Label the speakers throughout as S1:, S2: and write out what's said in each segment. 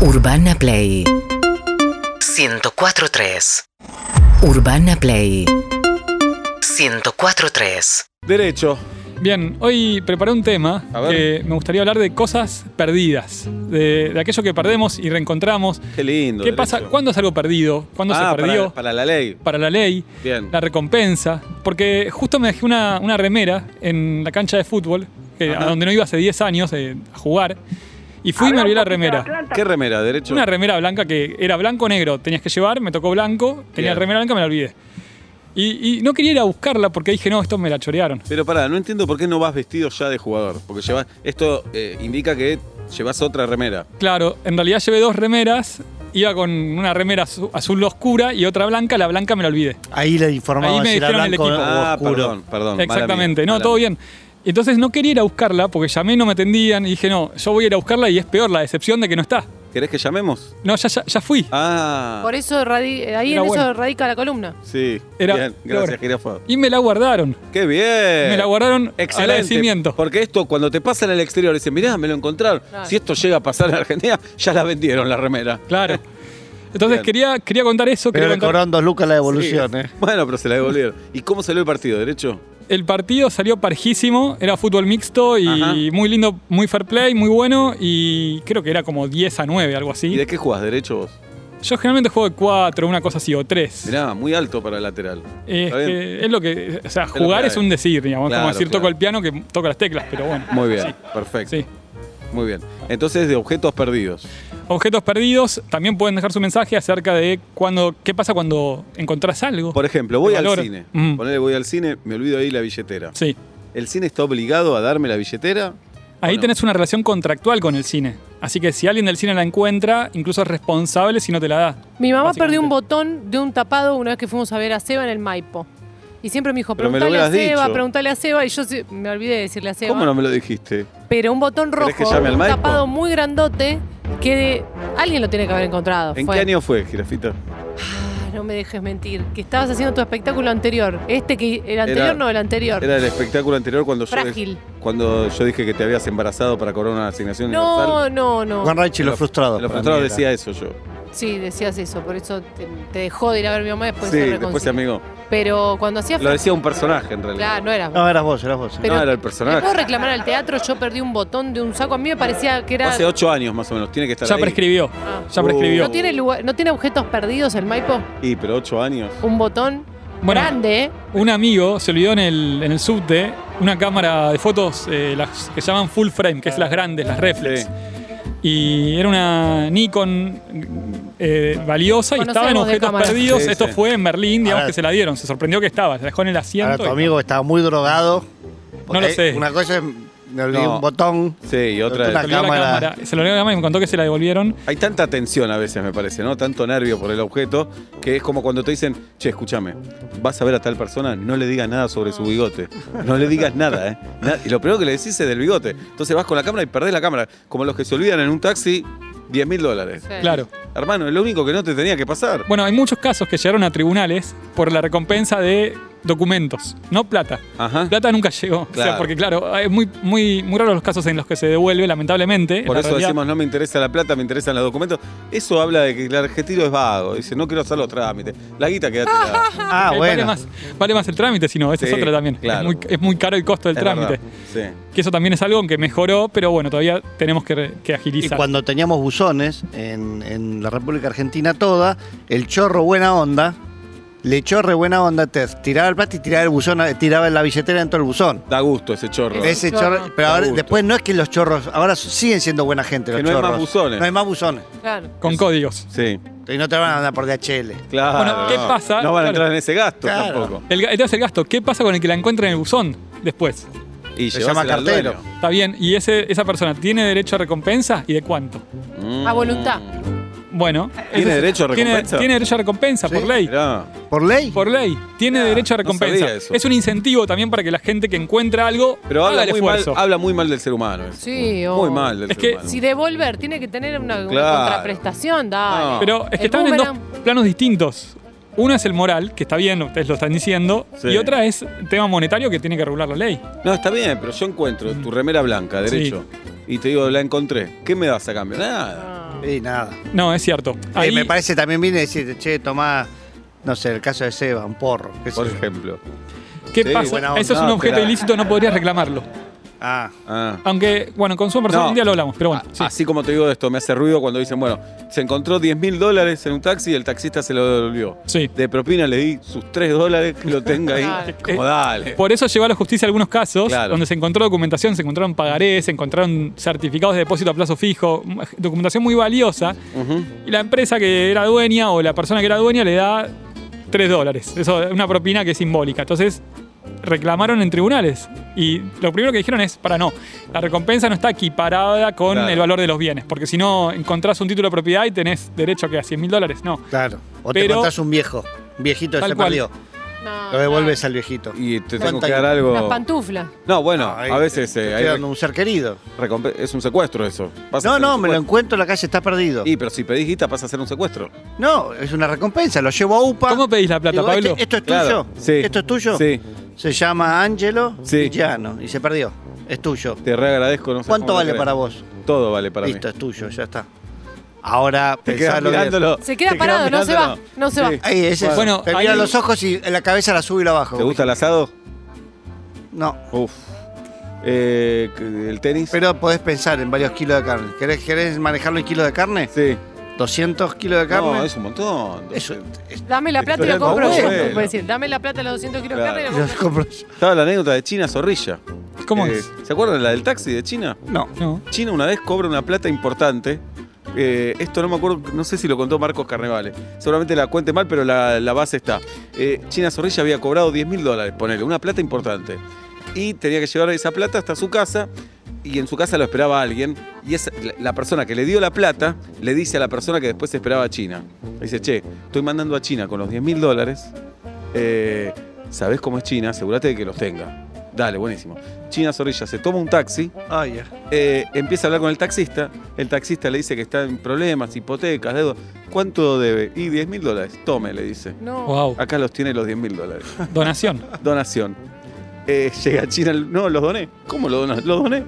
S1: Urbana Play 104.3 Urbana Play 104.3
S2: Derecho.
S3: Bien, hoy preparé un tema
S2: A ver.
S3: que me gustaría hablar de cosas perdidas, de, de aquello que perdemos y reencontramos.
S2: Qué lindo.
S3: ¿Qué
S2: derecho.
S3: pasa? ¿Cuándo es algo perdido? ¿Cuándo
S2: Ah,
S3: se perdió?
S2: Para, para la ley.
S3: para la ley,
S2: Bien.
S3: la recompensa, porque justo me dejé una, una remera en la cancha de fútbol, que-
S2: Ajá.
S3: a donde no iba hace 10 años eh, a jugar, y fui y me olvidé la remera.
S2: ¿Qué remera? Derecho.
S3: Una remera blanca que era blanco-negro, tenías que llevar, me tocó blanco, tenía
S2: Bien.
S3: la remera blanca, me la olvidé. Y, y no quería ir a buscarla porque dije, no, esto me la chorearon.
S2: Pero pará, no entiendo por qué no vas vestido ya de jugador. Porque llevas. Esto eh, indica que llevas otra remera.
S3: Claro, en realidad llevé dos remeras, iba con una remera azu- azul oscura y otra blanca, la blanca me la olvidé.
S4: Ahí le informaba
S3: Ahí me
S4: si era
S3: dijeron el
S4: blanco o
S3: equipo.
S2: Ah,
S4: oscuro.
S2: perdón, perdón. mala
S3: Exactamente,
S2: mía,
S3: no,
S2: mala
S3: todo
S2: mía.
S3: bien. Entonces no quería ir a buscarla porque llamé, no me atendían y dije, no, yo voy a ir a buscarla y es peor la decepción de que no está.
S2: ¿Querés que llamemos?
S3: No, ya, ya, ya fui.
S2: Ah.
S5: Por eso radi- eh, ahí
S3: Era
S5: en
S3: bueno.
S5: eso radica la columna.
S2: Sí.
S3: Era-
S2: bien,
S3: era
S2: gracias,
S3: bueno.
S2: jirafa.
S3: Y me la guardaron.
S2: ¡Qué bien!
S3: Me la guardaron
S2: Excelente.
S3: agradecimiento.
S2: Porque esto, cuando te pasa en el exterior, dicen, mirá, me lo encontraron.
S5: Claro.
S2: Si esto llega a pasar en Argentina, ya la vendieron la remera.
S3: Claro. Entonces
S2: Bien.
S3: quería, quería contar eso.
S4: Pero
S3: quería
S4: le
S3: contar-
S4: cobraron dos lucas la devolución,
S2: Sí.
S4: ¿eh?
S2: Bueno, pero se la devolvieron. ¿Y cómo salió el partido? ¿Derecho?
S3: El partido salió parejísimo, era fútbol mixto y
S2: Ajá.
S3: muy lindo, muy fair play, muy bueno y creo que era como 10 a 9, algo así.
S2: ¿Y de qué jugás? ¿Derecho vos?
S3: Yo generalmente juego de 4, una cosa así, o 3.
S2: Mirá, muy alto para el lateral.
S3: Es,
S2: Está bien.
S3: que Este, es lo que. O sea,
S2: lo que
S3: jugar es
S2: hay.
S3: un decir, digamos.
S2: Claro,
S3: como decir,
S2: claro.
S3: toco el piano que toco las teclas, pero bueno.
S2: Muy bien,
S3: Sí,
S2: perfecto.
S3: sí.
S2: Muy bien. Entonces, de objetos perdidos.
S3: Objetos perdidos también pueden dejar su mensaje acerca de cuando, qué pasa cuando encontrás algo.
S2: Por ejemplo, voy
S3: De
S2: al
S3: valor.
S2: cine.
S3: Mm.
S2: Ponele, voy al cine, me olvido ahí la billetera.
S3: sí.
S2: ¿El cine está obligado a darme la billetera?
S3: Ahí
S2: Bueno.
S3: tenés una relación contractual con el cine. Así que si alguien del cine la encuentra, incluso es responsable si no te la da.
S5: Mi mamá
S3: Básicamente.
S5: perdió un botón de un tapado una vez que fuimos a ver a Seba en el Maipo. Y siempre me dijo,
S2: Pero me lo
S5: preguntale a
S2: hubieras
S5: Seba,
S2: dicho.
S5: preguntale a Seba. Y yo se- me olvidé de decirle a Seba.
S2: ¿Cómo no me lo dijiste?
S5: Pero un botón rojo,
S2: ¿Querés que llame al
S5: un
S2: Maipo?
S5: tapado muy grandote, que de- alguien lo tiene que haber encontrado.
S2: ¿En
S5: Fue-
S2: qué año fue, Girafita?
S5: Ah, No me dejes mentir, que estabas haciendo tu espectáculo anterior. Este que... El anterior
S2: Era-
S5: no, el anterior.
S2: Era el espectáculo anterior cuando yo,
S5: Frágil.
S2: cuando yo dije que te habías embarazado para cobrar una asignación universal.
S5: No, no, no.
S4: Juan Raichi, los frustrados.
S2: Los
S4: para mí
S2: frustrados
S4: era.
S2: decía eso yo.
S5: Pues Sí, decías eso, por eso te, te dejó de ir a ver a mi mamá después
S2: sí,
S5: se
S2: después se
S5: reconcilió.
S2: amigó.
S5: Pero cuando hacía
S2: Lo decía un personaje en realidad.
S5: Claro, no era.
S4: No, eras vos, eras vos. ¿eh?
S5: Pero-
S2: no, era el
S5: ¿Le puedo
S2: personaje.
S5: reclamar al teatro? Yo perdí un botón de un saco. A mí me parecía que era.
S2: Hace ocho años más o menos, tiene que estar
S3: Ya
S2: ahí.
S3: prescribió.
S5: Ah.
S3: Ya
S2: Uh.
S3: prescribió.
S5: ¿No tiene, lugar, ¿No tiene objetos perdidos el Maipo?
S2: Y, pero ocho años.
S5: Un botón
S3: Bueno.
S5: grande, ¿eh?
S2: Uh.
S3: Un amigo se olvidó en el, en el subte una cámara de fotos eh, las que llaman full frame, que es las grandes, las reflex.
S2: Sí.
S3: Y era una Nikon eh, valiosa y
S5: Conocemos
S3: estaba en
S5: de
S3: objetos
S5: cámaras.
S3: perdidos.
S2: Sí,
S3: Esto
S2: sí.
S3: fue en Berlín, digamos
S4: Ahora-
S3: que se la dieron. Se sorprendió que estaba, se dejó en el
S4: Ahora
S3: asiento.
S4: tu
S3: y-
S4: amigo estaba muy drogado. porque
S3: lo sé.
S4: Una cosa es, me olvidé
S2: No.
S4: un botón.
S2: Sí, y otra
S4: Una
S2: es-
S3: se lo olvidó la
S4: cámara.
S3: cámara. Se lo olvidó la cámara y me contó que se la devolvieron.
S2: Hay tanta tensión a veces, me parece, ¿no? Tanto nervio por el objeto, que es como cuando te dicen, che, escúchame, vas a ver a tal persona, no le digas nada sobre su bigote. No le digas nada, ¿eh? Na- y lo primero que le decís es del bigote. Entonces vas con la cámara y perdés la cámara. Como los que se olvidan en un taxi, 10 mil dólares.
S5: Sí.
S3: Claro.
S2: Hermano, es lo único que no te tenía que pasar.
S3: Bueno, hay muchos casos que llegaron a tribunales por la recompensa de documentos, no plata.
S2: Ajá.
S3: Plata nunca llegó. O
S2: Ah. Claro.
S3: sea, porque claro, es muy, muy, muy raros los casos en los que se devuelve, lamentablemente.
S2: Por
S3: La
S2: eso
S3: realidad-
S2: decimos, no me interesa la plata, me interesan los documentos. Eso habla de que el argentino es vago. Dice, no quiero hacer los trámites. La guita quédate.
S4: Ah,
S3: Eh, Vale
S4: bueno.
S3: más, vale más el trámite, si no, esa
S2: Sí,
S3: es otra también.
S2: claro.
S3: Es, muy, es muy caro el costo del trámite.
S2: Sí.
S3: Que eso también es algo que mejoró, pero bueno, todavía tenemos que, re- que
S4: Y
S3: agilizar.
S4: cuando teníamos buzones en, en la República Argentina toda, el chorro buena onda, le chorre buena onda, te tiraba el plástico y tiraba el buzón, eh, tiraba la billetera dentro del buzón.
S2: Da gusto ese chorro.
S4: Ese
S5: Chorro.
S4: chorro, pero
S2: Da
S4: ahora,
S2: gusto.
S4: después no es que los chorros, ahora siguen siendo buena gente
S2: Que
S4: los
S2: no hay
S4: chorros.
S2: más buzones.
S4: No hay más buzones.
S5: Claro.
S3: Con códigos.
S2: Sí.
S4: Y no te van a andar por DHL.
S2: Claro.
S3: Bueno, ¿qué
S2: no.
S3: pasa?
S2: No van a
S3: Claro.
S2: entrar en ese gasto
S4: Claro.
S2: tampoco.
S3: El, ga- entonces el gasto, ¿qué pasa con el que la encuentra en el buzón después?
S2: Y
S4: Se
S2: llevásela
S4: llama
S2: al
S4: cartero.
S2: dueño.
S3: Está bien, y ese, esa persona tiene derecho a recompensa y de cuánto.
S2: Mm.
S5: A voluntad.
S3: Bueno,
S2: ¿Tiene
S3: ese-
S2: derecho a
S3: tiene-
S2: recompensa?
S3: Tiene, derecho a recompensa
S4: Sí.
S3: por ley.
S2: Mirá.
S4: ¿Por ley?
S3: Por ley, tiene derecho a
S2: no
S3: recompensa.
S2: sabía eso.
S3: es un incentivo también para que la gente que encuentra algo
S2: Pero
S3: haga
S2: habla
S3: el
S2: muy, mal, ah,
S3: esfuerzo.
S2: habla muy mal del ser humano. eso.
S5: Sí, o-
S2: Muy mal del
S3: Es
S2: ser
S3: que
S2: humano.
S5: Si devolver, tiene que tener una, una
S2: Claro.
S5: contraprestación, dale.
S2: No.
S3: Pero es
S5: El
S3: que están en dos
S5: boomerang.
S3: planos distintos. Uno es el moral, que está bien, ustedes lo están diciendo,
S2: Sí.
S3: y otra es el tema monetario que tiene que regular la ley.
S2: No, está bien, pero yo encuentro tu remera blanca, derecho. Y te digo, la encontré. ¿Qué me das a cambio? Nada.
S5: Ah.
S4: Y nada.
S3: No, es cierto.
S4: Eh,
S3: Ahí-
S4: me parece también viene decir, che, tomá, no sé, el caso de Seba, un porro. qué sé
S2: Por
S4: yo.
S2: ejemplo.
S3: ¿Qué
S2: Sí,
S3: pasa?
S4: buena onda.
S3: Eso es un
S2: No,
S3: objeto
S2: espera.
S3: ilícito, no podrías reclamarlo.
S4: Ah,
S2: Ah.
S3: Aunque, bueno, con su personal
S2: No. Ah,
S3: un día lo hablamos, pero bueno.
S2: A-
S3: Ah, sí.
S2: Así como te digo esto, me hace ruido cuando dicen, bueno, se encontró 10 mil dólares en un taxi y el taxista se lo devolvió.
S3: Sí.
S2: De propina le di sus 3 dólares que lo tenga ahí.
S5: Claro.
S2: como
S3: Eh,
S2: dale.
S3: Por eso llegó a la justicia algunos casos
S2: Claro.
S3: donde se encontró documentación, se encontraron pagarés, se encontraron certificados de depósito a plazo fijo, m- documentación muy valiosa.
S2: Ujú.
S3: Y la empresa que era dueña o la persona que era dueña le da 3 dólares. Eso es una propina que es simbólica. Entonces reclamaron en tribunales y lo primero que dijeron es, para no, la recompensa no está equiparada con
S2: Claro.
S3: el valor de los bienes, porque si no encontrás un título de propiedad y tenés derecho a que a 100 mil dólares, no.
S4: claro. O te
S3: Pero-
S4: contás un viejo, un viejito que
S3: Tal
S4: se
S3: cual.
S4: perdió.
S5: No,
S4: Lo devuelves al viejito.
S2: Y te tengo
S4: ¿Cuánta
S2: que dar
S4: guita?
S5: Las
S2: algo.
S5: pantuflas.
S2: No, bueno,
S4: Ay,
S2: a veces
S4: te
S2: eh,
S4: estoy
S2: hay
S4: dando un ser querido.
S2: recompe- es un secuestro eso. Pasa a
S4: No,
S2: ser
S4: no,
S2: un
S4: me lo
S2: secuestro.
S4: encuentro en la calle, está perdido.
S2: Y pero si pedís guita pasa a ser un secuestro.
S4: No, es una recompensa, lo llevo a UPA.
S3: ¿Cómo pedís la plata,
S4: Digo,
S3: Pablo?
S4: "Este- ¿Esto es
S2: Claro,
S4: tuyo?
S2: sí.
S4: ¿Esto es tuyo?
S2: Sí,
S4: Se llama Angelo
S2: Sí.
S4: Villano y se perdió. Es tuyo.
S2: te reagradezco. No sé
S4: ¿Cuánto
S2: cómo lo
S4: vale
S2: querés.
S4: para vos?
S2: Todo vale para
S4: Listo,
S2: mí.
S4: es tuyo, ya está. Ahora
S2: Te quedas
S4: pensalo bien.
S2: mirándolo.
S5: Se queda
S2: te quedas
S5: parado, no se va.
S2: mirándolo.
S5: No se va.
S2: Sí.
S4: Ahí, ese es
S3: Bueno,
S4: Te
S3: ahí-
S4: mira los ojos y la cabeza la sube y la bajo.
S2: ¿Te gusta el asado?
S4: No,
S2: Uf. Eh, ¿El tenis?
S4: pero podés pensar en varios kilos de carne. ¿Querés, querés manejarlo en kilos de carne?
S2: sí.
S4: 200 kilos de carne.
S2: No, es un montón.
S4: Eso, es-
S5: Dame la plata y lo
S2: Pero
S5: compro
S2: no,
S5: yo.
S2: bueno.
S5: como decir, dame la plata los 200 kilos
S2: Claro.
S5: de carne y lo
S4: los
S5: compro.
S4: compras.
S2: Estaba la anécdota de China Zorrilla.
S3: ¿Cómo
S2: Eh,
S3: es?
S2: ¿Se acuerdan la del taxi de China?
S4: No.
S3: No.
S2: China una vez cobra una plata importante. Eh, esto no me acuerdo, no sé si lo contó Marcos Carnevale. Seguramente la cuente mal, pero la, la base está. Eh, China Zorrilla había cobrado 10 mil dólares, ponele, una plata importante. Y tenía que llevar esa plata hasta su casa. Y en su casa lo esperaba alguien. Y esa- la, la persona que le dio la plata le dice a la persona que después esperaba a China. Le dice, che, estoy mandando a China con los 10 mil dólares. Eh, ¿Sabés cómo es China? Asegúrate de que los tenga. Dale, buenísimo. China Zorrilla se toma un taxi.
S4: Ay, ya.
S2: Eh, empieza a hablar con el taxista. El taxista le dice que está en problemas, hipotecas, deudas. ¿Cuánto debe? Y 10 mil dólares. Tome, le dice.
S5: No.
S3: Wow.
S2: Acá los tiene los 10 mil dólares.
S3: Donación.
S2: Donación. Eh, llega a China. el- No, los doné. ¿Cómo lo doné? Los doné.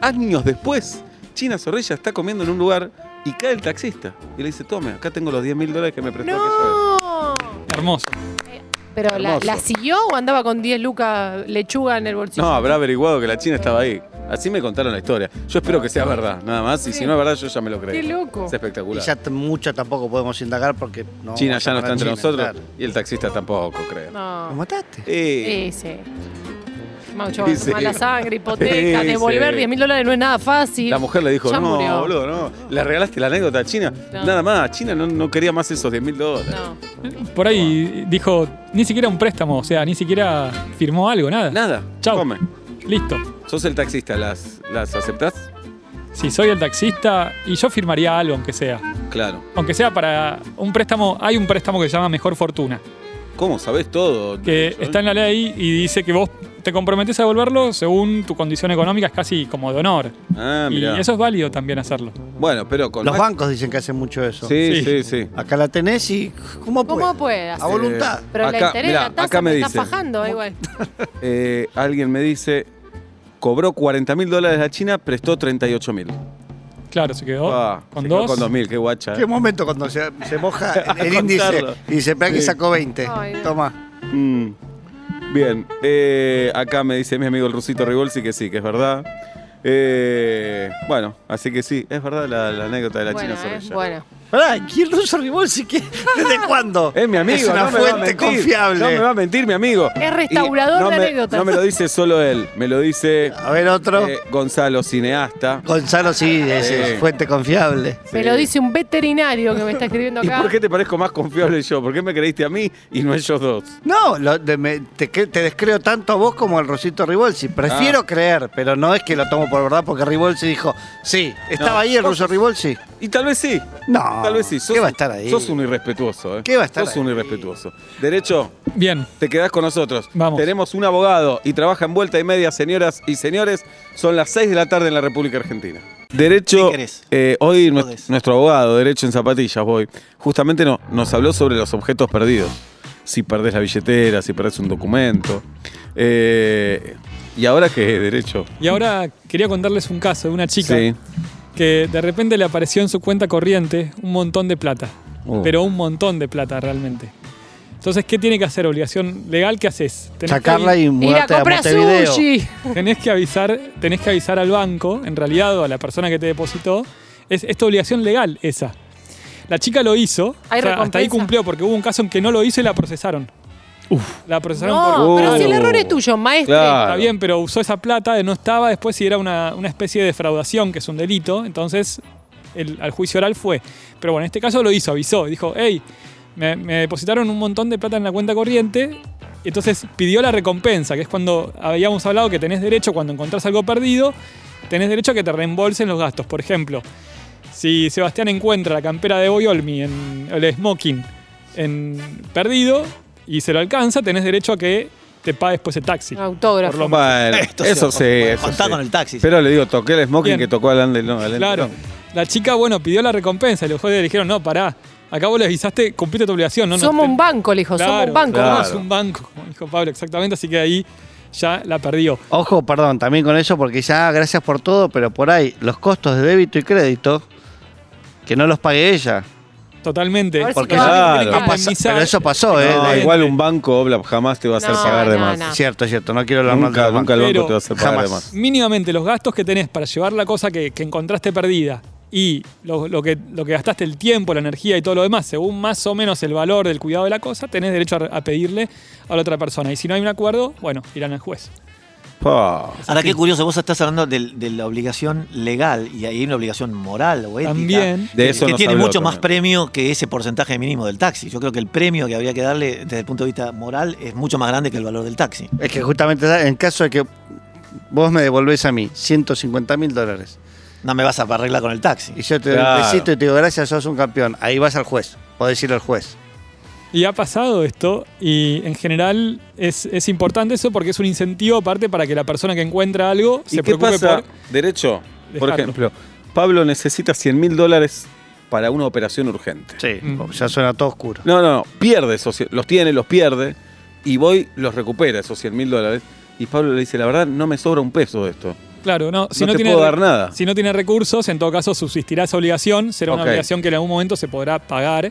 S2: Años después, China Zorrilla está comiendo en un lugar y cae el taxista. Y le dice: Tome, acá tengo los 10 mil dólares que me prestó aquella vez".
S5: No.
S3: Hermoso.
S5: Pero la,
S2: Hermoso.
S5: la siguió o andaba con 10 lucas lechuga en el bolsillo.
S2: No, habrá averiguado que la China estaba ahí. Así me contaron la historia. Yo espero que sea verdad, nada más. Y
S5: Sí.
S2: si no es verdad, yo ya me lo creo.
S5: Qué loco.
S2: Es espectacular.
S4: Y ya t- mucho tampoco podemos indagar porque no.
S2: China
S4: vamos
S2: ya
S4: a
S2: no
S4: ganar
S2: está entre
S4: China,
S2: nosotros
S4: claro.
S2: y el taxista tampoco, creo.
S4: ¿Lo
S5: No.
S4: mataste?
S2: Eh,
S5: Sí, sí. Maucho,
S2: Sí, sí.
S5: mala sangre, hipoteca,
S2: Sí,
S5: devolver
S2: sí.
S5: 10 mil dólares no es nada fácil.
S2: la mujer le dijo,
S5: Ya
S2: no,
S5: murió".
S2: boludo, no. Le regalaste la anécdota a China.
S5: No.
S2: Nada más, China no, no quería más esos 10 mil dólares.
S5: No.
S3: Por ahí dijo, ni siquiera un préstamo, o sea, ni siquiera firmó algo, nada.
S2: Nada,
S3: Chau.
S2: come.
S3: Listo.
S2: Sos el taxista, ¿las, las aceptás?
S3: Si soy el taxista, y yo firmaría algo, aunque sea.
S2: Claro.
S3: Aunque sea para un préstamo, hay un préstamo que se llama Mejor Fortuna,
S2: ¿Cómo sabés todo?
S3: que
S2: Yo-
S3: está en la ley y dice que vos te comprometes a devolverlo según tu condición económica, es casi como de honor.
S2: Ah,
S3: y
S2: mirá.
S3: eso es válido también hacerlo.
S2: Bueno, pero con.
S4: Los
S2: más-
S4: bancos dicen que hacen mucho eso.
S2: Sí,
S3: Sí.
S2: sí, sí. Eh,
S4: Acá la tenés y. ¿Cómo puede?
S5: ¿Cómo puedas?
S4: A voluntad.
S5: Pero la
S2: Acá,
S5: interés,
S2: mirá,
S5: la tasa
S2: acá
S5: me,
S2: me
S5: está
S2: dicen.
S5: fajando, igual.
S2: Eh, alguien me dice. Cobró 40 mil dólares a China, prestó 38 mil.
S3: Claro, se quedó Oh, con dos.
S2: Ah, Con 2 mil, qué guacha. eh.
S4: ¿Qué momento cuando se, se moja el
S2: A
S4: índice
S2: contarlo.
S4: y se pega que
S2: Sí.
S4: sacó 20?
S5: Ay, no.
S4: Toma.
S2: Mm. Bien, eh, acá me dice mi amigo el rusito Rigolsi que sí, que es verdad. Eh, bueno, así que sí, es verdad la, la anécdota de la
S5: bueno,
S2: China
S5: eh,
S2: Zorrilla.
S5: bueno.
S4: Pará, ¿quién ruso Ribolsi? ¿Qué? ¿Desde cuándo?
S2: Es mi amigo,
S4: Es una
S2: no me va a
S4: fuente
S2: mentir,
S4: confiable.
S2: No me va a mentir mi amigo.
S5: Es restaurador
S2: Y no
S5: de
S2: me-
S5: anécdotas.
S2: No me lo dice solo él, me lo dice
S4: A ver, otro.
S2: eh, Gonzalo, cineasta.
S4: Gonzalo sí, es,
S2: Sí.
S4: es fuente confiable.
S5: Me
S2: Sí.
S5: lo dice un veterinario que me está escribiendo
S2: ¿Y
S5: acá.
S2: por qué te parezco más confiable yo? ¿Por qué me creíste a mí y no a ellos dos?
S4: No, lo- de- me- te, cre- te descreo tanto a vos como al Rosito Ribolsi. Prefiero
S2: Ah.
S4: creer, pero no es que lo tomo por verdad porque Ribolsi dijo, sí, estaba
S2: No.
S4: ahí el ruso Ribolsi.
S2: Y tal vez sí.
S4: No,
S2: Tal vez sí. Sos
S4: ¿Qué va a
S2: un-
S4: estar ahí?
S2: Sos un irrespetuoso, ¿eh?
S4: ¿Qué va a estar
S2: Sos un
S4: ahí?
S2: irrespetuoso. Derecho,
S3: Bien,
S2: Te quedás con nosotros.
S3: Vamos.
S2: Tenemos un abogado y trabaja en vuelta y media, señoras y señores. Son las 6 de la tarde en la República Argentina. Derecho,
S6: ¿Qué querés?
S2: eh, hoy nue-
S6: Podés.
S2: nuestro abogado, Derecho en Zapatillas, voy, justamente no, nos habló sobre los objetos perdidos. Si perdés la billetera, si perdés un documento. Eh, ¿Y ahora qué, Derecho?
S3: y ahora quería contarles un caso de una chica
S2: Sí.
S3: que de repente le apareció en su cuenta corriente un montón de plata.
S2: Oh.
S3: Pero un montón de plata realmente. Entonces, ¿qué tiene que hacer? Obligación legal, ¿qué haces? Tenés que
S4: Sacarla y
S5: Ir a
S4: mudarte a
S5: comprar
S4: Montevideo.
S5: sushi.
S3: Tenés que avisar, tenés que avisar al banco, en realidad, o a la persona que te depositó. Es, es tu obligación legal esa. La chica lo hizo.
S5: Hay
S3: hasta ahí
S5: recompensa.
S3: cumplió, porque hubo un caso en que no lo hizo y la procesaron. La procesaron por.
S5: No, pero si el
S2: Claro.
S5: error es tuyo, maestro.
S2: Uh. Claro.
S3: Está bien, pero usó esa plata, no estaba, después si era una, una especie de defraudación, que es un delito, entonces el, al juicio oral fue. Pero bueno, en este caso lo hizo, avisó, dijo, hey, me, me depositaron un montón de plata en la cuenta corriente, y entonces pidió la recompensa, que es cuando habíamos hablado que tenés derecho, cuando encontrás algo perdido, tenés derecho a que te reembolsen los gastos. Por ejemplo, si Sebastián encuentra la campera de Boyolmi, en, el smoking, en perdido, y se lo alcanza, tenés derecho a que te pagues pues el taxi.
S5: Autógrafo.
S3: Por lo
S2: Bueno,
S6: Esto
S2: eso
S6: se-
S2: sí. eso
S6: contá
S2: sí.
S6: con el taxi.
S2: Pero le digo, toqué el smoking
S3: Bien.
S2: que tocó Alan del no, Alan del-
S3: Claro. La chica, bueno, pidió la recompensa y los jueces le dijeron, no, pará, acá vos le avisaste, cumpliste tu obligación. No,
S5: somos
S3: no,
S5: un banco, le dijo, somos
S3: Claro,
S5: un banco.
S2: claro.
S3: Somos un banco, como dijo Pablo, exactamente, así que ahí ya la perdió.
S4: Ojo, perdón, también con eso, porque ya gracias por todo, pero por ahí los costos de débito y crédito que no los pague ella.
S3: Totalmente.
S5: A ver si
S4: Porque
S5: te va a
S2: claro.
S5: complicar.
S4: Ha pasa- pero eso pasó, ¿eh?
S2: No,
S4: De-
S2: igual un banco, Oblap, jamás te va a hacer
S5: No,
S2: pagar de
S5: no,
S2: más.
S5: no.
S4: Cierto, cierto, no quiero hablar mal de
S2: Nunca,
S4: los
S2: nunca el
S4: bancos.
S2: banco
S3: Pero
S2: te va a hacer pagar
S4: jamás.
S2: de más.
S3: Mínimamente los gastos que tenés para llevar la cosa que, que encontraste perdida y lo, lo que, lo que gastaste el tiempo, la energía y todo lo demás, según más o menos el valor del cuidado de la cosa, tenés derecho a, a pedirle a la otra persona. Y si no hay un acuerdo, bueno, irán al juez.
S2: Pa.
S6: Ahora, qué curioso, vos estás hablando del- de, la obligación legal y ahí hay una obligación moral o ética.
S3: También.
S2: De
S6: que-
S2: eso
S6: que
S2: nos
S6: tiene
S2: habló
S6: mucho más
S2: también.
S6: premio que ese porcentaje mínimo del taxi. Yo creo que el premio que habría que darle desde el punto de vista moral es mucho más grande que el valor del taxi.
S4: Es que justamente en caso de que vos me devolvés a mí 150 mil dólares
S6: No me vas a arreglar con el taxi.
S4: y yo te doy un
S2: Claro.
S4: besito y te digo gracias, sos un campeón, ahí vas al juez, podés ir al juez.
S3: Y ha pasado esto, y en general es, es importante eso porque es un incentivo aparte para que la persona que encuentra algo
S2: ¿Y
S3: se
S2: qué
S3: preocupe
S2: pasa?
S3: por.
S2: Derecho. Por
S3: Dejarlo.
S2: ejemplo, Pablo necesita 100 mil dólares para una operación urgente.
S4: Sí,
S3: Mm.
S4: ya suena todo oscuro.
S2: No, no, no. Pierde esos. cien- Los tiene, los pierde. Y voy, los recupera esos 100 mil dólares. Y Pablo le dice: La verdad, no me sobra un peso de esto.
S3: Claro, no, si
S2: No
S3: no,
S2: te
S3: tiene
S2: puedo
S3: re-
S2: dar nada.
S3: Si no tiene recursos, en todo caso subsistirá esa obligación, será una
S2: Ok.
S3: obligación que en algún momento se podrá pagar.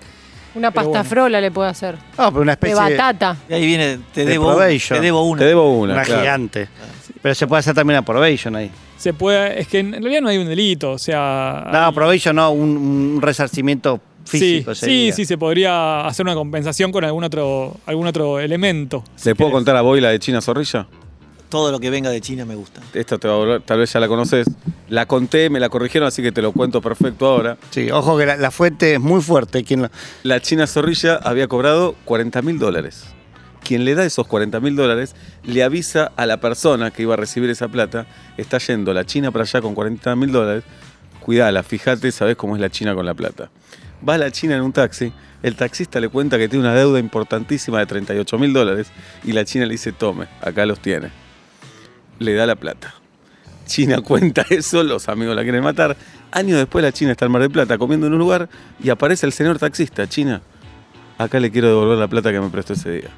S5: Una
S3: Pero
S5: pasta
S3: bueno.
S5: frola le puede hacer.
S4: Ah, pero una
S5: De
S4: especie de,
S5: batata.
S6: Y ahí viene, te
S4: De
S6: debo, un-
S4: probation.
S6: te debo una.
S2: Te debo una.
S4: una
S2: claro.
S4: gigante. Pero se puede hacer también a probation ahí.
S3: Se puede. Es que en realidad no hay un delito, o sea.
S4: No,
S3: hay-
S4: probation no, un, un resarcimiento físico.
S3: sí, sí,
S4: sería.
S3: sí, se podría hacer una compensación con algún otro, algún otro
S2: ¿Le
S3: elemento. si
S2: puedo
S3: querés.
S2: contar a Boy la de China Zorrilla?
S6: Todo lo que venga de China me gusta.
S2: Esta te va a volver, tal vez ya la conoces. La conté, me la corrigieron, así que te lo cuento perfecto ahora.
S4: Sí, ojo que la, la fuente es muy fuerte. Quien lo-
S2: La China Zorrilla había cobrado 40 mil dólares. Quien le da esos 40 mil dólares le avisa a la persona que iba a recibir esa plata, está yendo la China para allá con 40 mil dólares, cuidala, fíjate, sabes cómo es la China con la plata. Va la China en un taxi, el taxista le cuenta que tiene una deuda importantísima de 38 mil dólares y la China le dice, tome, acá los tiene. Le da la plata. China cuenta eso, los amigos la quieren matar. Años después la China está en Mar del Plata comiendo en un lugar y aparece el señor taxista, China. Acá le quiero devolver la plata que me prestó ese día.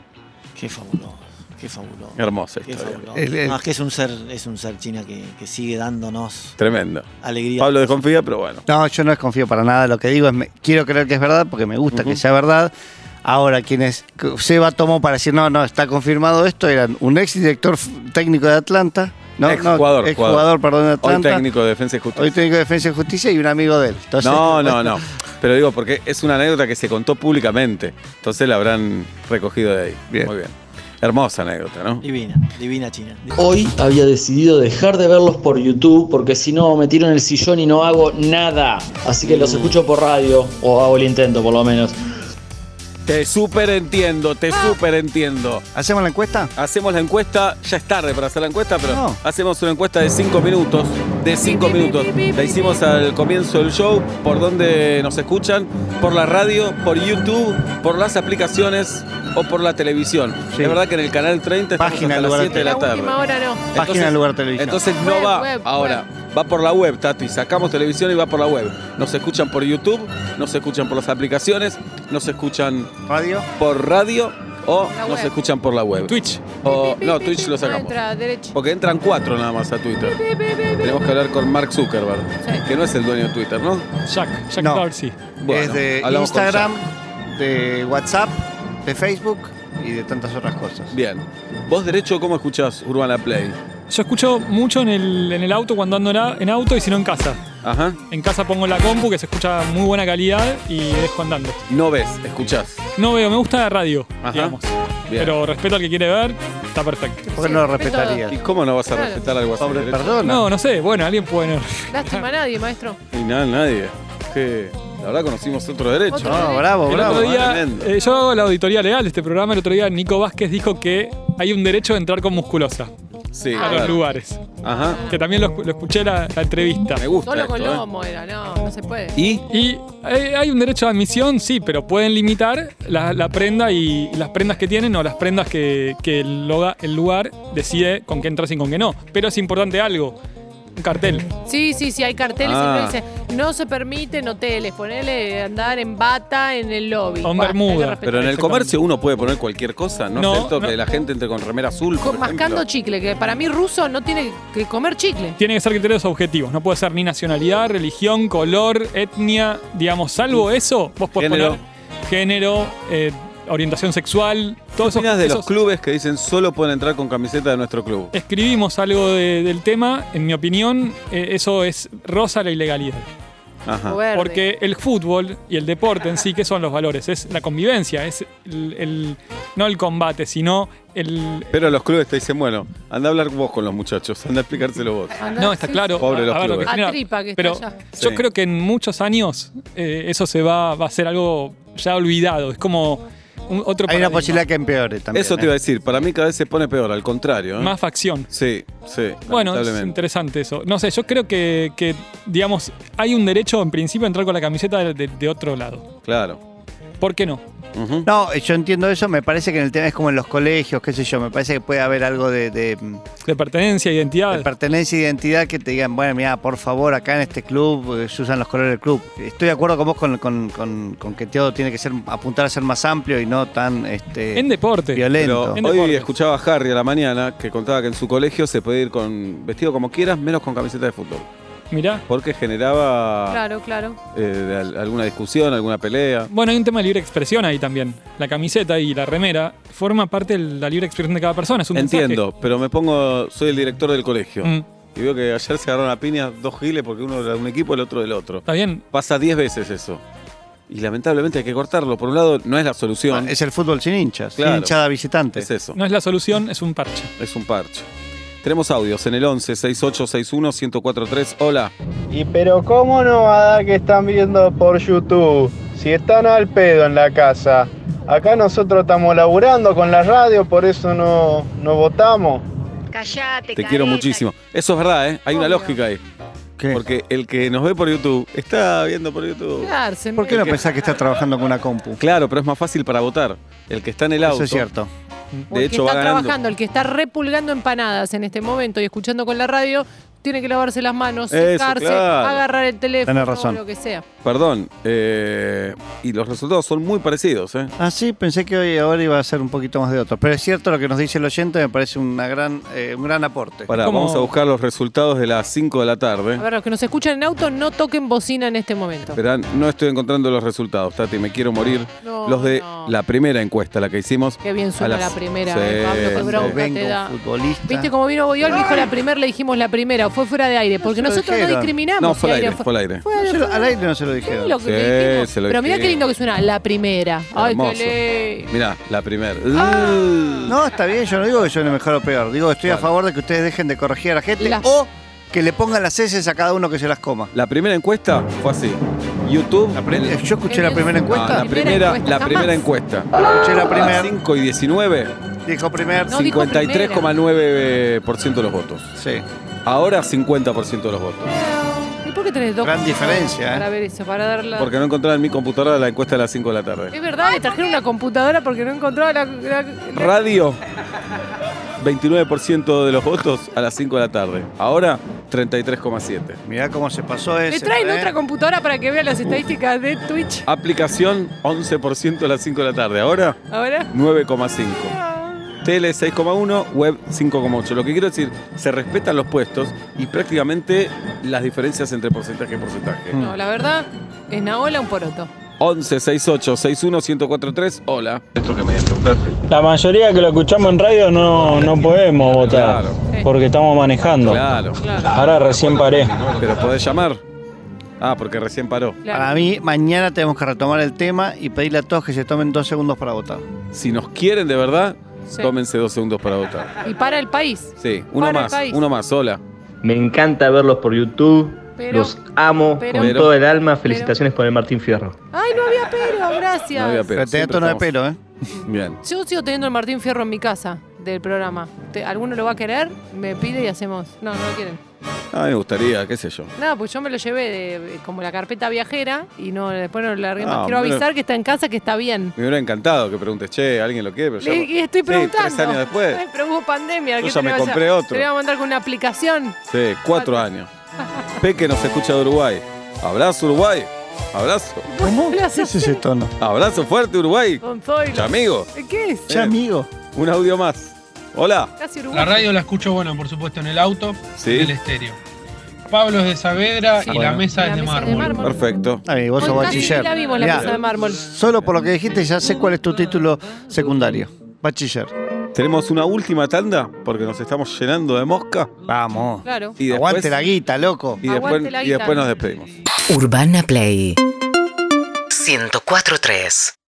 S6: Qué fabuloso. Qué fabuloso.
S2: Hermosa
S6: Qué
S2: historia.
S6: fabuloso.
S4: El- el-
S6: No, es que es un ser, es un ser China que, que sigue dándonos
S2: Tremendo.
S6: alegría.
S2: Pablo desconfía, pero bueno.
S4: No, yo no desconfío para nada. Lo que digo es, me- quiero creer que es verdad porque me gusta que sea verdad. Ahora, quienes que Seba tomó para decir, no, no, está confirmado esto, eran un ex director f- técnico de Atlanta. No,
S2: Exjugador,
S4: no, ex jugador,
S2: jugador.
S4: perdón, de
S2: Hoy
S4: Atlanta.
S2: técnico de defensa y
S4: Hoy
S2: justicia.
S4: técnico de Defensa y Justicia y un amigo de él. Entonces,
S2: No, no, no. Pero digo, porque es una anécdota que se contó públicamente. Entonces la habrán recogido de ahí.
S4: Bien.
S2: Muy bien. Hermosa anécdota, ¿no?
S6: Divina, divina China.
S7: Hoy había decidido dejar de verlos por YouTube porque si no me tiro en el sillón y no hago nada. Así que
S8: Mm.
S7: los escucho por radio o hago el intento por lo menos.
S2: Te súper entiendo, te súper entiendo.
S4: ¿Hacemos la encuesta?
S2: Hacemos la encuesta, ya es tarde para hacer la encuesta, pero
S4: No.
S2: hacemos una encuesta de 5 minutos. De 5
S5: pi,
S2: minutos.
S5: pi, pi, pi,
S2: La hicimos al comienzo del show, por donde nos escuchan, por la radio, por YouTube, por las aplicaciones o por la televisión.
S4: Sí.
S2: Es verdad que en el canal 30 estamos
S4: Página,
S2: hasta las
S4: lugar
S2: 7 de
S5: la
S2: la tarde.
S5: última hora no.
S4: Página, lugar, televisión.
S2: Entonces no
S5: Web,
S2: va
S5: web,
S2: ahora. Va por la web, Tati. Sacamos televisión y va por la web. Nos escuchan por YouTube, nos escuchan por las aplicaciones, nos escuchan
S4: Radio.
S2: por radio o
S5: La
S2: nos
S5: web.
S2: escuchan por la web.
S3: Twitch.
S2: O, Oh, no, Twitch lo sacamos.
S5: Entra, derecho.
S2: Porque entran cuatro nada más a Twitter. Tenemos que hablar con Mark Zuckerberg,
S5: Sí.
S2: que no es el dueño de Twitter, ¿no?
S3: Jack, Jack
S4: No.
S3: Dorsey.
S2: Bueno,
S4: es de
S2: hablamos con
S4: Instagram, de WhatsApp, de Facebook y de tantas otras cosas.
S2: Jack. Bien. ¿Vos derecho cómo escuchás Urbana Play?
S3: Yo escucho mucho en el, en el auto cuando ando en a- en auto y si no en casa.
S2: Ajá.
S3: En casa pongo la compu que se escucha muy buena calidad y dejo andando.
S2: No ves, escuchás.
S3: No veo, me gusta la radio,
S2: Ajá.
S3: digamos.
S2: Bien.
S3: Pero respeto al que quiere ver, está perfecto.
S4: ¿Por qué
S5: Sí,
S4: no lo
S5: ve todo.
S4: respetarías?
S2: ¿Y cómo no vas a
S5: Claro.
S2: respetar algo así?
S4: Pobre,
S2: derecho?
S4: perdona.
S3: No, no sé, bueno, alguien puede.
S5: Lástima a nadie, maestro.
S2: Y nada, nadie. Que la verdad conocimos otro derecho.
S5: Otro.
S4: No, bravo,
S3: El
S4: bravo.
S3: otro día,
S2: tremendo.
S3: eh, yo hago la auditoría legal de este programa. El otro día Nico Vázquez dijo que hay un derecho de entrar con musculosa
S2: Sí,
S3: a los
S2: Ah, claro.
S3: lugares.
S2: Ajá.
S3: Que también lo, escu- lo escuché la, la entrevista.
S2: Me gusta.
S5: Solo
S2: esto,
S5: con
S2: ¿eh?
S5: lomo era, no,
S4: Oh.
S5: no se puede.
S2: Y
S3: Y eh, hay un derecho de admisión, sí, pero pueden limitar la, la prenda y las prendas que tienen o las prendas que, que el, loga- el lugar decide con qué entras y con qué no. Pero es importante algo, un cartel.
S5: Sí, sí, sí, hay carteles
S2: Ah.
S5: siempre dicen, no se permite en hoteles, ponerle andar en bata en el
S3: O
S5: lobby.
S3: en
S5: Buah, hay que
S3: bermuda.
S5: respetar.
S2: Pero en el
S3: Exactamente.
S2: comercio uno puede poner cualquier cosa, no,
S3: No,
S2: acepto
S3: no.
S2: que la gente entre con remera azul.
S5: Co-
S2: por
S5: mascando
S2: ejemplo.
S5: chicle, que para mí ruso no tiene que comer chicle.
S3: Tiene que ser criterios objetivos, no puede ser ni nacionalidad, religión, color, etnia, digamos, salvo eso, vos podés
S2: Género.
S3: poner género, eh, orientación sexual,
S2: ¿Qué
S3: todo eso.
S2: opinas de los clubes que dicen solo pueden entrar con camiseta de nuestro club?
S3: Escribimos algo de- del tema, en mi opinión, eh, eso es rosa la ilegalidad.
S2: Ajá.
S5: O verde.
S3: Porque el fútbol y el deporte en sí, ¿qué son los valores? Es la convivencia, es el, el- no el combate, sino el...
S2: Pero los clubes te dicen, bueno, anda a hablar vos con los muchachos, anda a explicárselo vos.
S5: Andá,
S3: No, está
S5: sí,
S3: claro.
S2: Pobre los
S3: lo
S2: clubes.
S5: A
S3: genera-
S5: tripa que está
S3: pero
S5: allá.
S3: yo
S2: Sí.
S3: creo que en muchos años eh, eso se va, va a ser algo ya olvidado. Es como un- otro
S4: Hay una
S3: paradigma.
S4: posibilidad que empeore también.
S2: Eso te
S4: ¿eh?
S2: iba a decir, para mí cada vez se pone peor, al contrario. ¿eh?
S3: Más facción.
S2: Sí, sí.
S3: Bueno, es
S2: lamentablemente.
S3: interesante eso. No sé, yo creo que, que, digamos, hay un derecho en principio a entrar con la camiseta de, de- de otro lado.
S2: Claro.
S3: ¿Por qué no?
S2: Ujú.
S4: No, yo entiendo eso, me parece que en el tema es como en los colegios, qué sé yo, me parece que puede haber algo de, de, de
S3: De pertenencia, identidad.
S4: pertenencia e identidad que te digan, bueno, mira, por favor, acá en este club eh, se usan los colores del club. Estoy de acuerdo con vos con, con- con- con que todo tiene que ser apuntar a ser más amplio y no tan este,
S3: en deporte.
S4: violento.
S3: En
S2: Pero hoy
S3: deportes.
S2: escuchaba a Harry a la mañana que contaba que en su colegio se puede ir con vestido como quieras, menos con camiseta de fútbol.
S3: Mirá.
S2: Porque generaba
S5: Claro, claro.
S2: eh, al- alguna discusión, alguna pelea.
S3: Bueno, hay un tema de libre expresión ahí también. La camiseta y la remera forma parte de la libre expresión de cada persona. Es un mensaje.
S2: Entiendo, pero me pongo, soy el director del colegio.
S3: Mm,
S2: Y veo que ayer se agarraron a piñas dos giles porque uno era de un equipo y el otro del otro.
S3: Está bien.
S2: Pasa 10 veces eso. Y lamentablemente hay que cortarlo. Por un lado, no es la solución, es,
S4: Ah, Es el fútbol sin hinchas,
S2: Claro.
S4: sin hinchada visitante.
S2: eso,
S3: No es la solución, es un parche.
S2: es un parche. Tenemos audios en el 11 6861 1043. Hola.
S9: Y pero cómo no va a dar que están viendo por YouTube si están al pedo en la casa. Acá nosotros estamos laburando con la radio, por eso no, no votamos.
S8: Callate,
S2: Te quiero muchísimo. Eso es verdad, ¿eh? Hay una
S5: Obvio.
S2: lógica ahí.
S4: ¿Qué? ¿Por,
S2: Porque el que nos ve por YouTube está viendo por YouTube.
S5: Quedarse,
S4: qué no
S5: mira.
S4: pensás que estás trabajando con una compu?
S2: Claro, pero es más fácil para votar. El que está en el auto.
S4: Eso es cierto.
S5: O
S2: De
S5: el que
S2: hecho, va
S5: está
S2: ganando.
S5: trabajando, el que está repulgando empanadas en este momento y escuchando con la radio, tiene que lavarse las manos,
S2: Eso,
S5: secarse,
S2: claro.
S5: agarrar el teléfono,
S4: Tenés razón.
S5: lo que sea.
S2: Perdón. eh, y los resultados son muy parecidos, ¿eh?
S4: Ah, sí, pensé que hoy ahora iba a ser un poquito más de otro. Pero es cierto lo que nos dice el oyente, me parece una gran, eh, un gran aporte.
S2: Pará,
S3: ¿Cómo?
S2: vamos a buscar los resultados de las 5 de la tarde.
S5: A ver, los que nos escuchan en auto, no toquen bocina en este momento.
S2: Esperá, no estoy encontrando los resultados, Tati, me quiero morir.
S5: No,
S2: los de
S5: no.
S2: la primera encuesta, la que hicimos.
S5: Qué bien suena
S2: A las-
S5: la primera,
S2: Sí,
S5: eh, Pablo, qué
S2: sí.
S5: bronca
S4: Cuando
S5: te
S4: venga un
S5: da.
S4: futbolista.
S5: Viste cómo vino Boyol, dijo la primera, le dijimos la primera, o fue fuera de aire, porque
S4: se lo
S5: nosotros no
S4: dijeron.
S5: discriminamos.
S2: No, fue
S5: si
S2: al aire,
S5: fue-
S2: fue al aire.
S5: fue al
S4: No se lo-
S5: aire.
S4: al aire no se lo
S5: Sí,
S4: dijeron.
S5: lo que le dijimos.
S2: se lo
S5: Pero mirá qué
S2: dijimos.
S5: lindo que suena, la primera. Ay, qué
S2: Hermoso.
S5: ley.
S2: Mirá, la primera.
S4: No, está bien, yo no digo que yo no mejor o peor. Digo que estoy a
S2: Vale.
S4: favor de que ustedes dejen de corregir a la gente
S5: Las-
S4: o que le pongan las heces a cada uno que se las coma.
S2: La primera encuesta fue así. YouTube. La
S4: Eh, Yo escuché la primera encuesta.
S5: Ah,
S2: la primera, la primera encuesta.
S4: Escuché la
S2: A las
S4: primera.
S2: 5 y 19,
S4: Dijo primer.
S5: Ah, No, dijo primera.
S2: 53,9% de los votos.
S4: Sí.
S2: Ahora 50% de los votos.
S5: ¿Y por qué tenés dos?
S4: Gran
S5: computadoras
S4: diferencia,
S5: Para
S4: ¿eh?
S5: ver eso, para darla.
S2: Porque no encontraba en mi computadora la encuesta de las 5 de la tarde.
S5: Es verdad, le trajeron una computadora porque no encontraba la. la- la-
S2: Radio, 29% de los votos a las 5 de la tarde. Ahora, 33,7.
S4: Mirá cómo se pasó ese.
S5: Le traen
S4: ¿eh?
S5: otra computadora para que vea las estadísticas de Twitch
S2: Aplicación 11% a las 5 de la tarde. Ahora
S5: ahora.
S2: 9,5. Tele 6,1, web 5,8. Lo que quiero decir, se respetan los puestos y prácticamente las diferencias entre porcentaje y porcentaje.
S5: No, la verdad, es Naola un poroto.
S2: 11 68 61 1043. Hola. Esto que me
S8: La mayoría que lo escuchamos en radio no, no podemos votar
S2: Claro.
S8: porque estamos manejando.
S2: Claro.
S5: Claro.
S8: Ahora recién paré.
S2: Pero podés llamar. Ah, porque recién paró.
S4: Para
S5: claro.
S4: mí, mañana tenemos que retomar el tema y pedirle a todos que se tomen dos segundos para votar.
S2: Si nos quieren de verdad,
S5: Sí.
S2: tómense dos segundos para votar.
S5: Y para el país.
S2: Sí, uno
S5: Para el
S2: más,
S5: país.
S2: uno más, hola.
S10: Me encanta verlos por YouTube.
S5: Pero-
S10: Los amo
S5: pero-
S10: con todo el alma. Felicitaciones por el Martín Fierro.
S5: Ay, no había pero, gracias.
S2: No había pero.
S4: Pero tenés
S2: siempre
S4: tono de
S2: estamos-
S4: pelo, ¿eh?
S2: Bien.
S5: Yo sigo teniendo el Martín Fierro en mi casa del programa. Te- ¿Alguno lo va a querer? Me pide y hacemos. No, no lo quieren.
S2: A mí me gustaría, qué sé yo.
S5: Nada, pues yo me lo llevé de, como la carpeta viajera y no después no lo largué
S2: Ah,
S5: más. Quiero
S2: hombre.
S5: avisar que está en casa, que está bien.
S2: Me hubiera encantado que preguntes, che, ¿alguien lo quiere? Pero
S5: Le,
S2: ya-
S5: y estoy
S2: Sí,
S5: preguntando.
S2: tres años después.
S5: Ay, pero hubo pandemia.
S2: Yo
S5: ¿qué
S2: ya
S5: te
S2: me
S5: le vas a-
S2: compré otro.
S5: Te voy a mandar con una aplicación.
S2: Sí, cuatro años. Peque nos escucha de Uruguay. Abrazo, Uruguay. Abrazo.
S4: ¿Cómo?
S5: ¿Qué
S4: ¿Qué es ese tono?
S2: Abrazo fuerte, Uruguay.
S5: Con Zoilo.
S2: Chamigo.
S5: ¿Qué es?
S4: Che, amigo.
S2: Un audio más. Hola.
S5: Casi
S11: La
S5: uruguayo.
S11: radio la escucho, bueno, por supuesto, en el auto,
S2: Sí. Ah,
S11: en el estéreo. Pablo es de Saavedra
S5: Sí.
S11: y
S2: Bueno.
S11: la mesa
S5: La
S11: es de
S5: mesa es
S11: mármol.
S5: de mármol.
S2: Perfecto.
S4: Ay, vos sos
S5: Hoy casi
S4: bachiller.
S5: la vimos la
S4: Mirá,
S5: mesa de mármol.
S4: Solo por lo que dijiste ya sé cuál es tu título secundario. Bachiller.
S2: Tenemos una última tanda porque nos estamos llenando de mosca.
S4: Vamos.
S5: Claro.
S2: Y después,
S4: Aguante la guita, loco.
S2: y después,
S5: Aguante la
S2: y después
S5: guita.
S2: nos despedimos.
S1: Urbana Play 104.3